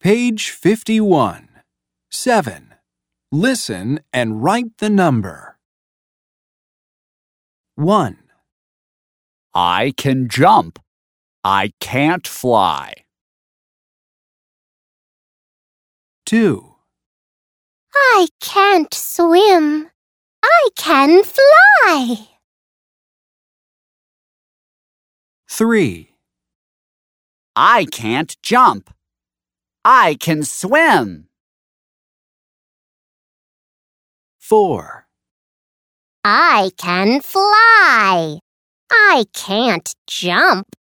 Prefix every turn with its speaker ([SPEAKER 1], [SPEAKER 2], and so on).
[SPEAKER 1] Page 51. 7. Listen and write the number. 1,
[SPEAKER 2] I can jump. I can't fly.
[SPEAKER 1] 2,
[SPEAKER 3] I can't swim. I can fly.
[SPEAKER 1] 3,
[SPEAKER 2] I can't jump. I can swim.
[SPEAKER 1] 4,
[SPEAKER 3] I can fly. I can't jump.